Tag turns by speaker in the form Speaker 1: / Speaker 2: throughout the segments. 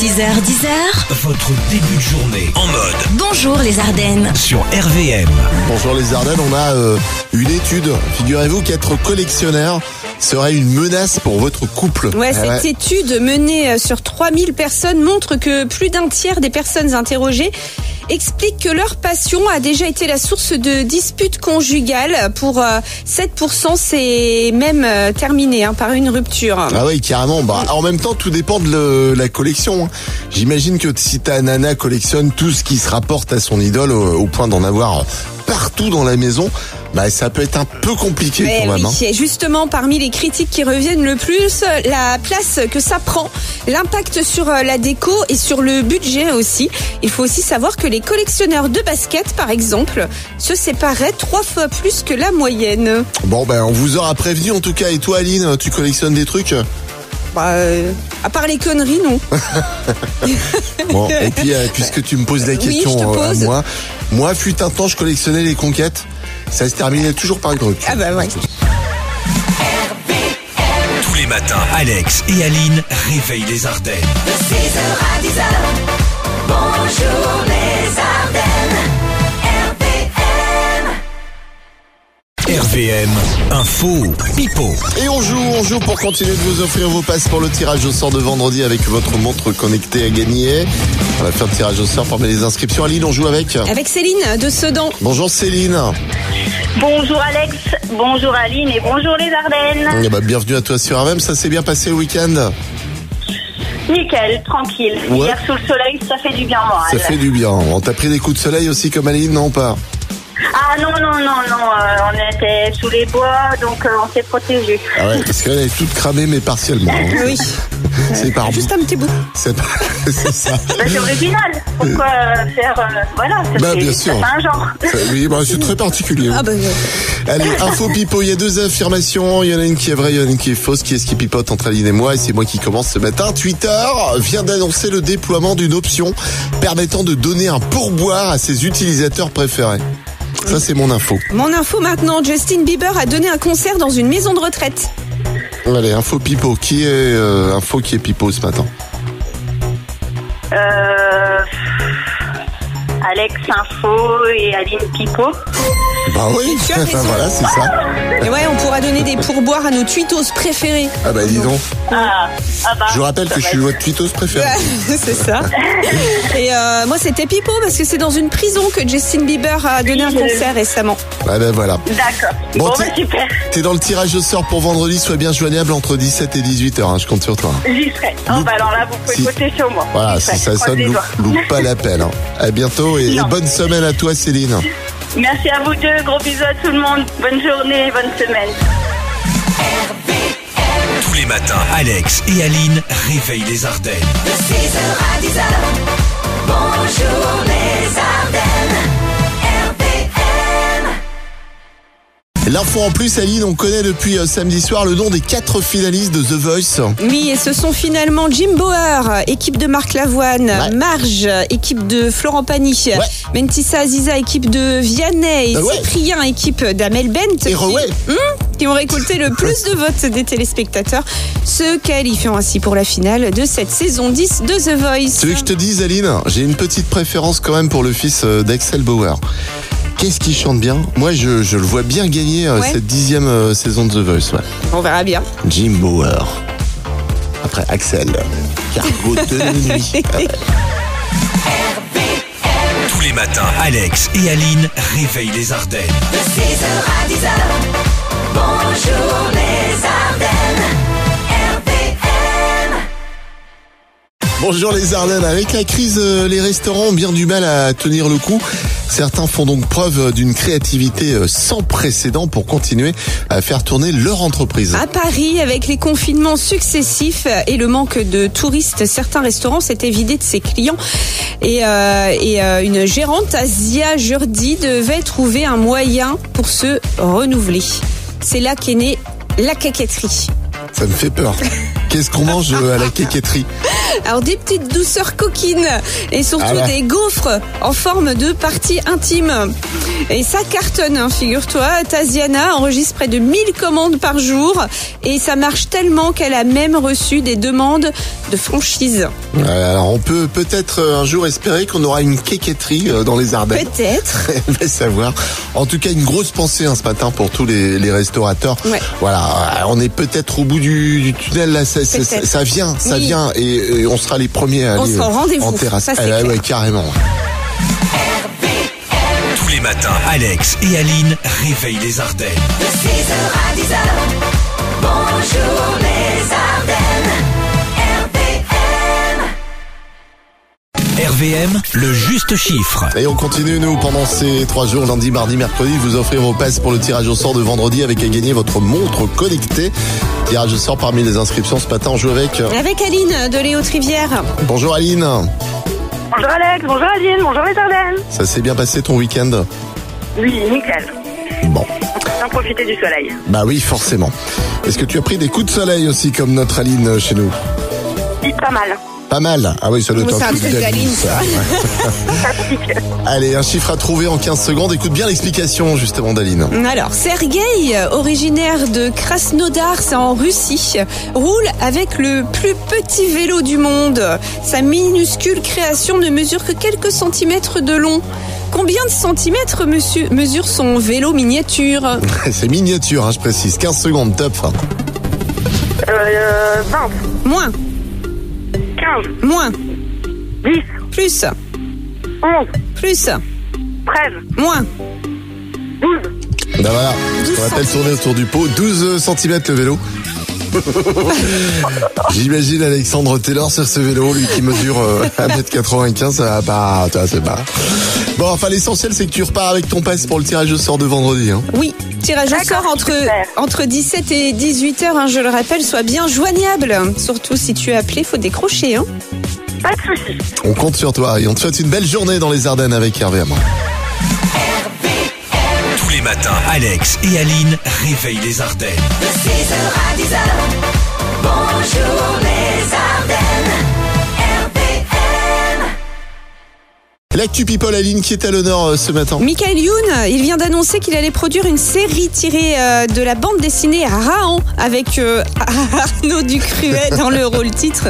Speaker 1: 6h10h,
Speaker 2: Votre début de journée en mode
Speaker 1: bonjour les Ardennes.
Speaker 2: sur RVM.
Speaker 3: Bonjour les Ardennes, on a euh, une étude. Figurez-vous qu'être collectionneur serait une menace pour votre couple.
Speaker 4: Ouais,
Speaker 3: Eh
Speaker 4: cette
Speaker 3: ouais.
Speaker 4: étude menée euh, sur 3000 personnes montre que plus d'un tiers des personnes interrogées expliquent que leur passion a déjà été la source de disputes conjugales. Pour euh, 7%, c'est même euh, terminé hein, par une rupture.
Speaker 3: Ah oui, carrément. Bah, en même temps, tout dépend de le- la collection. hein. J'imagine que si ta nana collectionne tout ce qui se rapporte à son idole au, au point d'en avoir partout dans la maison, bah ça peut être un peu compliqué
Speaker 4: Mais
Speaker 3: quand
Speaker 4: oui,
Speaker 3: même. hein.
Speaker 4: et justement, parmi les critiques qui reviennent le plus, la place que ça prend, l'impact sur euh, la déco et sur le budget aussi. Il faut aussi savoir que les collectionneurs de basket, par exemple, se séparaient trois fois plus que la moyenne.
Speaker 3: Bon, ben on vous aura prévenu en tout cas. Et toi, Aline, tu collectionnes des trucs
Speaker 4: Bah, euh, à part les conneries, non.
Speaker 3: Bon, et puis euh, puisque tu me poses la
Speaker 4: Oui,
Speaker 3: question
Speaker 4: je te
Speaker 3: euh, à
Speaker 4: pose.
Speaker 3: moi, moi fut un temps je collectionnais les conquêtes. Ça se terminait toujours par une truc.
Speaker 4: Ah bah ouais.
Speaker 2: Tous les matins, Alex et Aline réveillent les Ardennes. RVM, info, pipo.
Speaker 3: Et on joue, on joue pour continuer de vous offrir vos passes pour le tirage au sort de vendredi avec votre montre connectée à gagner. On va faire le tirage au sort parmi les inscriptions. Aline, on joue avec.
Speaker 4: Avec Céline de Sedan.
Speaker 3: Bonjour Céline.
Speaker 5: Bonjour Alex, bonjour Aline et bonjour les Ardennes.
Speaker 3: Eh ben, bienvenue à toi sur RVM. Ça s'est bien passé le week-end
Speaker 5: Nickel, tranquille.
Speaker 3: Ouais.
Speaker 5: Hier sous le soleil, ça fait du bien au
Speaker 3: Ça
Speaker 5: moral.
Speaker 3: fait du bien. On t'a pris des coups de soleil aussi comme Aline, non pas
Speaker 5: Ah non, non, non, non, euh, on était sous les bois, donc euh, on s'est protégés.
Speaker 3: Ah ouais, parce qu'elle est toute cramée mais partiellement. hein.
Speaker 4: Oui.
Speaker 3: C'est par
Speaker 4: Juste un petit bout.
Speaker 3: C'est par- c'est ça.
Speaker 5: Bah, c'est original, pourquoi euh, faire... euh, voilà, ça
Speaker 3: Bah,
Speaker 5: fait-
Speaker 3: bien
Speaker 5: ça
Speaker 3: sûr.
Speaker 5: fait un genre.
Speaker 3: Oui, bah, c'est très particulier.
Speaker 4: Ah bah ouais.
Speaker 3: Allez, info pipo, il y a deux affirmations, il y en a une qui est vraie, il y en a une qui est fausse, qui est ce qui pipote entre Aline et moi, et c'est moi qui commence ce matin. Twitter vient d'annoncer le déploiement d'une option permettant de donner un pourboire à ses utilisateurs préférés. Ça c'est mon info.
Speaker 4: Mon info maintenant, Justin Bieber a donné un concert dans une maison de retraite.
Speaker 3: Allez, info pipo, qui est euh, info qui est pipo ce matin
Speaker 5: Euh, Alex Info et Aline Pipo.
Speaker 3: Bah oui,
Speaker 4: Tu as raison.
Speaker 3: voilà c'est ça.
Speaker 4: Et ouais, on pourra donner des pourboires à nos tweetos préférés.
Speaker 3: Ah bah dis donc,
Speaker 5: Ah, ah bah,
Speaker 3: je vous rappelle
Speaker 5: ça
Speaker 3: que je
Speaker 5: va
Speaker 3: suis
Speaker 5: être-
Speaker 3: votre tweetos préféré.
Speaker 4: c'est ça. Et euh, moi, c'était Pipo parce que c'est dans une prison que Justin Bieber a donné un concert récemment.
Speaker 3: Ah bah voilà.
Speaker 5: D'accord.
Speaker 3: Bon,
Speaker 5: Bon,
Speaker 3: t'es-
Speaker 5: bah, super,
Speaker 3: T'es dans le tirage au sort pour vendredi, sois bien joignable entre 17 et 18h, hein, je compte sur toi.
Speaker 5: j'y serai. Oh, bah alors là, vous pouvez
Speaker 3: Si-
Speaker 5: voter sur moi.
Speaker 3: Voilà,
Speaker 5: J'y serai,
Speaker 3: si ça
Speaker 5: je croise
Speaker 3: sonne,
Speaker 5: les
Speaker 3: loupe,
Speaker 5: doigts.
Speaker 3: loupe pas l'appel. Hein. À bientôt et, et
Speaker 5: Non.
Speaker 3: bonne semaine à toi, Céline.
Speaker 5: Merci à vous deux, gros bisous à tout le monde, bonne journée, bonne semaine.
Speaker 2: Tous les matins, Alex et Aline réveillent les Ardennes.
Speaker 3: L'info en plus, Aline, on connaît depuis euh, samedi soir le nom des quatre finalistes de The Voice.
Speaker 4: Oui, et ce sont finalement Jim Bauer, équipe de Marc Lavoine,
Speaker 3: Ouais.
Speaker 4: Marge, équipe de Florent Pagny, Mentissa Aziza, équipe de Vianney,
Speaker 3: Ah ouais.
Speaker 4: Cyprien, équipe d'Amel Bent,
Speaker 3: Et
Speaker 4: qui-
Speaker 3: Roé.
Speaker 4: Hmm, qui ont récolté le plus de votes des téléspectateurs, se qualifiant ainsi pour la finale de cette saison 10 de The Voice.
Speaker 3: Tu veux que je te dise, Aline, j'ai une petite préférence quand même pour le fils euh, d'Axel Bauer. Qu'est-ce qu'il chante bien Moi, je, je le vois bien gagner euh,
Speaker 4: Ouais.
Speaker 3: cette dixième euh, saison de The Voice. ouais.
Speaker 4: On verra bien.
Speaker 3: Jim Bauer. Après Axel. Cargo de nuit.
Speaker 2: Tous les matins, Alex et Aline réveillent les Ardennes.
Speaker 3: Bonjour les Ardennes. Avec la crise, euh, les restaurants ont bien du mal à tenir le coup. Certains font donc preuve euh, d'une créativité euh, sans précédent pour continuer à faire tourner leur entreprise.
Speaker 4: À Paris, avec les confinements successifs et le manque de touristes, certains restaurants s'étaient vidés de ses clients. Et, euh, et, euh, une gérante, Asia Jurdi, devait trouver un moyen pour se renouveler. C'est là qu'est née la caquetterie.
Speaker 3: Ça me fait peur. Qu'est-ce qu'on mange euh, à la quéquetterie
Speaker 4: Alors des petites douceurs coquines et surtout
Speaker 3: Ah bah.
Speaker 4: des gaufres en forme de partie intime. Et ça cartonne, hein, figure-toi. Taziana enregistre près de 1000 commandes par jour et ça marche tellement qu'elle a même reçu des demandes de franchise.
Speaker 3: Euh, Alors on peut peut-être euh, un jour espérer qu'on aura une quéquetterie euh, dans les Ardennes.
Speaker 4: Peut-être.
Speaker 3: va savoir. En tout cas, une grosse pensée hein, ce matin pour tous les, les restaurateurs.
Speaker 4: Ouais.
Speaker 3: Voilà, euh, on est peut-être au bout du, du tunnel là. Ça, ça-
Speaker 4: Peut-être.
Speaker 3: ça vient, ça
Speaker 4: Oui.
Speaker 3: vient, et, et on sera les premiers à
Speaker 4: On
Speaker 3: aller
Speaker 4: sera au
Speaker 3: euh,
Speaker 4: rendez-vous,
Speaker 3: en terrasse.
Speaker 4: ça, c'est
Speaker 3: Ah ouais,
Speaker 4: clair.
Speaker 3: ouais, carrément.
Speaker 2: Tous les matins, Alex et Aline réveillent les Ardennes.
Speaker 1: De 6h à 10h, bonjour les Ardennes, RPM.
Speaker 2: RVM, le juste chiffre.
Speaker 3: Et on continue, nous, pendant ces trois jours, lundi, mardi, mercredi, de vous offrir vos passes pour le tirage au sort de vendredi avec à gagner votre montre connectée. Tirage au sort parmi les inscriptions ce matin, on joue avec. euh,
Speaker 4: Avec Aline de Léo Trivière.
Speaker 3: Bonjour Aline,
Speaker 5: Bonjour Alex, bonjour Aline, bonjour les Ardennes.
Speaker 3: ça s'est bien passé ton week-end
Speaker 5: Oui, nickel.
Speaker 3: Bon,
Speaker 5: On peut bien profiter du soleil.
Speaker 3: bah oui, forcément. Est-ce que tu as pris des coups de soleil aussi, comme notre Aline euh, chez nous
Speaker 5: Dites pas mal.
Speaker 3: Pas mal. Ah oui, ça doit
Speaker 4: Oui,
Speaker 3: être
Speaker 4: c'est
Speaker 3: un
Speaker 4: un
Speaker 3: truc
Speaker 4: truc
Speaker 3: d'Aline,
Speaker 4: d'Aline,
Speaker 3: ça.
Speaker 5: Ça pique.
Speaker 3: Allez, un chiffre à trouver en 15 secondes. Écoute bien l'explication, justement, d'Aline.
Speaker 4: Alors, Sergueï, originaire de Krasnodar, c'est en Russie, roule avec le plus petit vélo du monde. Sa minuscule création ne mesure que quelques centimètres de long. Combien de centimètres monsieur, mesure son vélo miniature
Speaker 3: C'est miniature, hein, je précise. 15 secondes, top.
Speaker 5: Euh, 20,
Speaker 4: Moins,
Speaker 5: 15,
Speaker 4: moins,
Speaker 5: 10,
Speaker 4: plus,
Speaker 5: 11,
Speaker 4: plus,
Speaker 5: 13,
Speaker 4: moins.
Speaker 5: 12.
Speaker 3: Ben voilà,
Speaker 4: 12
Speaker 3: on rappelle tourner autour du pot. 12 cm le vélo. J'imagine Alexandre Taylor sur ce vélo, lui qui mesure euh, 1m95, ça va pas, ça, Ah bah, c'est pas. Bon, enfin l'essentiel c'est que tu repars avec ton passe pour le tirage au sort de vendredi. Hein.
Speaker 4: Oui, tirage au
Speaker 5: D'accord,
Speaker 4: sort entre,
Speaker 5: super.
Speaker 4: entre 17 et 18 heures, hein, je le rappelle, sois bien joignable. Surtout si tu es appelé, faut décrocher. Hein.
Speaker 5: Pas de soucis.
Speaker 3: On compte sur toi et on te souhaite une belle journée dans les Ardennes avec RVM.
Speaker 2: Tous les matins, Alex et Aline réveillent les Ardennes.
Speaker 1: De 6h à 10h, bonjour les Ardennes, RPM.
Speaker 3: L'actu People Aline qui est à l'honneur euh, ce matin.
Speaker 4: Michael Youn, euh, il vient d'annoncer qu'il allait produire une série tirée euh, de la bande dessinée à Raon avec euh, Arnaud Ducruet dans le rôle titre.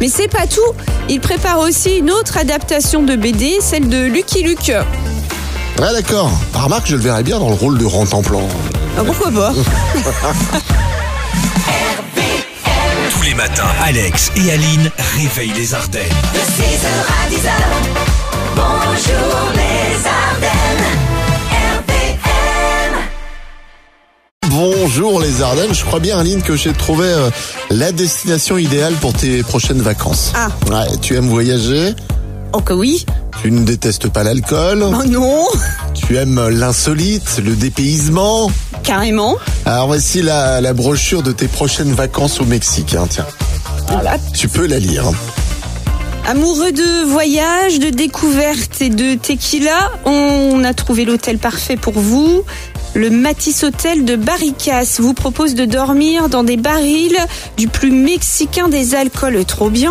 Speaker 4: Mais c'est pas tout, il prépare aussi une autre adaptation de BD, celle de Lucky Luke.
Speaker 3: Ah d'accord. Par remarque, je le verrais bien dans le rôle de Rantanplan.
Speaker 4: Ah, Pourquoi pas
Speaker 2: Tous les matins, Alex et Aline réveillent les Ardennes.
Speaker 1: De 6h à 10h, bonjour les Ardennes, RPM.
Speaker 3: Bonjour les Ardennes, je crois bien Aline que j'ai trouvé euh, la destination idéale pour tes prochaines vacances.
Speaker 4: Ah.
Speaker 3: Ouais, tu aimes voyager,
Speaker 4: Oh que oui
Speaker 3: tu ne détestes pas l'alcool,
Speaker 4: Oh non
Speaker 3: tu aimes euh, l'insolite, le dépaysement.
Speaker 4: Carrément
Speaker 3: Alors voici la, la brochure de tes prochaines vacances au Mexique, hein, tiens.
Speaker 4: Voilà.
Speaker 3: Tu peux la lire.
Speaker 4: Amoureux de voyage, de découverte et de tequila, on a trouvé l'hôtel parfait pour vous. Le Matisse Hôtel de Barricas vous propose de dormir dans des barils du plus mexicain des alcools. Trop bien.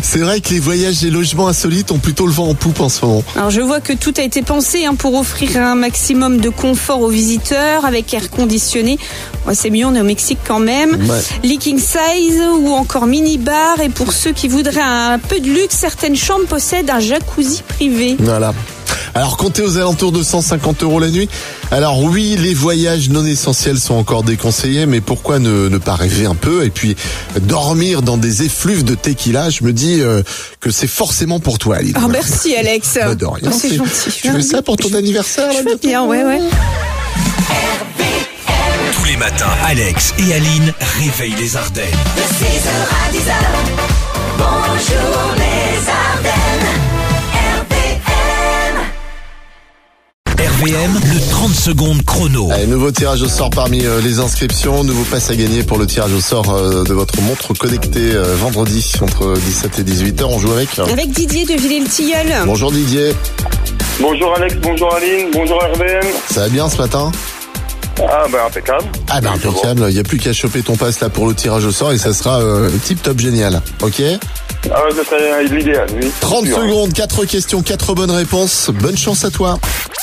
Speaker 3: C'est vrai que les voyages et logements insolites ont plutôt le vent en poupe en ce moment.
Speaker 4: Alors je vois que tout a été pensé hein, pour offrir un maximum de confort aux visiteurs avec air conditionné. Ouais, C'est mieux, on est au Mexique quand même.
Speaker 3: Ouais.
Speaker 4: Leaking size ou encore mini bar. Et pour ceux qui voudraient un peu de luxe, certaines chambres possèdent un jacuzzi privé.
Speaker 3: Voilà. Alors comptez aux alentours de 150 euros la nuit. Alors oui, les voyages non essentiels sont encore déconseillés, mais pourquoi ne, ne pas rêver un peu et puis dormir dans des effluves de tequila Je me dis euh, que c'est forcément pour toi, Aline.
Speaker 4: Ah, merci Alex.
Speaker 3: Bah, de rien,
Speaker 4: Oh, c'est
Speaker 3: c'est-
Speaker 4: gentil.
Speaker 3: Tu veux ça pour ton anniversaire là,
Speaker 4: Je veux
Speaker 3: bientôt
Speaker 4: bien, ouais, ouais.
Speaker 2: Tous les matins, Alex et Aline réveillent les Ardennes.
Speaker 1: De 6h à 10h, bonjour les Ardennes, RPM.
Speaker 2: RVM, le 30 secondes chrono.
Speaker 3: Allez, nouveau tirage au sort parmi euh, les inscriptions, nouveau passe à gagner pour le tirage au sort euh, de votre montre connectée euh, vendredi entre 17 et 18h. On joue avec. euh,
Speaker 4: Avec Didier de Villers-le-Tilleul.
Speaker 3: Bonjour Didier,
Speaker 6: Bonjour Alex, bonjour Aline, bonjour RVM.
Speaker 3: ça va bien ce matin
Speaker 6: Ah, ben impeccable.
Speaker 3: Ah bah impeccable, il n'y a plus qu'à choper ton passe là pour le tirage au sort et ça sera euh, tip top génial. Ok
Speaker 6: Ah, ce serait l'idéal, oui.
Speaker 3: 30
Speaker 6: Sûr.
Speaker 3: secondes, 4 questions, 4 bonnes réponses. Bonne chance à toi.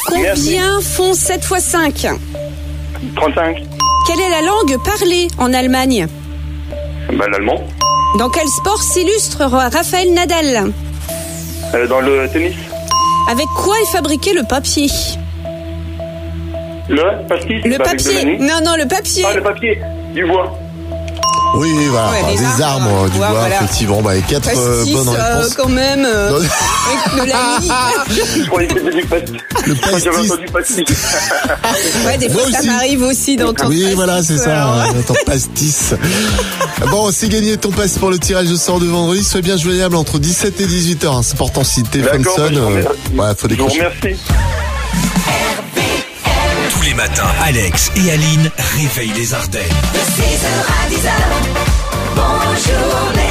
Speaker 4: Combien font 7 x 5
Speaker 6: 35.
Speaker 4: Quelle est la langue parlée en Allemagne
Speaker 6: Ben, l'allemand.
Speaker 4: Dans quel sport s'illustre Raphaël Nadal
Speaker 6: Euh, dans le tennis.
Speaker 4: Avec quoi est fabriqué le papier
Speaker 6: Le pastis.
Speaker 4: Le
Speaker 6: bah, avec de
Speaker 4: papier
Speaker 6: l'ennemi.
Speaker 4: Non, non, le papier
Speaker 6: Ah, le papier. Du bois.
Speaker 3: Oui, voilà,
Speaker 4: Ouais,
Speaker 3: enfin,
Speaker 4: des
Speaker 3: des armes,
Speaker 4: armes,
Speaker 3: euh,
Speaker 4: du
Speaker 3: du bois,
Speaker 4: bois, voilà.
Speaker 3: effectivement. Bah, 4
Speaker 4: Pastis,
Speaker 3: bonnes
Speaker 4: euh,
Speaker 3: réponses.
Speaker 4: quand même. euh,
Speaker 3: Non.
Speaker 4: avec de la mie.
Speaker 6: Je croyais que c'était du pastis.
Speaker 3: Le
Speaker 6: Je crois que J'avais
Speaker 3: pastis.
Speaker 6: entendu pastis.
Speaker 4: Ouais, des
Speaker 3: Moi
Speaker 4: fois, ça
Speaker 3: aussi.
Speaker 4: m'arrive aussi d'entendre.
Speaker 3: Oui,
Speaker 4: pastis,
Speaker 3: voilà, c'est
Speaker 4: alors,
Speaker 3: ça,
Speaker 4: ouais.
Speaker 3: euh, ton pastis. bon, c'est gagné ton passe pour le tirage au sort de vendredi. Sois bien joignable entre 17 et 18 h C'est important si le téléphone
Speaker 6: D'accord, bah,
Speaker 3: sonne.
Speaker 6: je vous
Speaker 3: euh,
Speaker 6: remercie.
Speaker 3: ouais, faut
Speaker 6: Je vous
Speaker 3: décrocher.
Speaker 6: remercie.
Speaker 2: Tous les matins, Alex et Aline réveillent les Ardennes.
Speaker 1: De 6h à 10h, bonjour les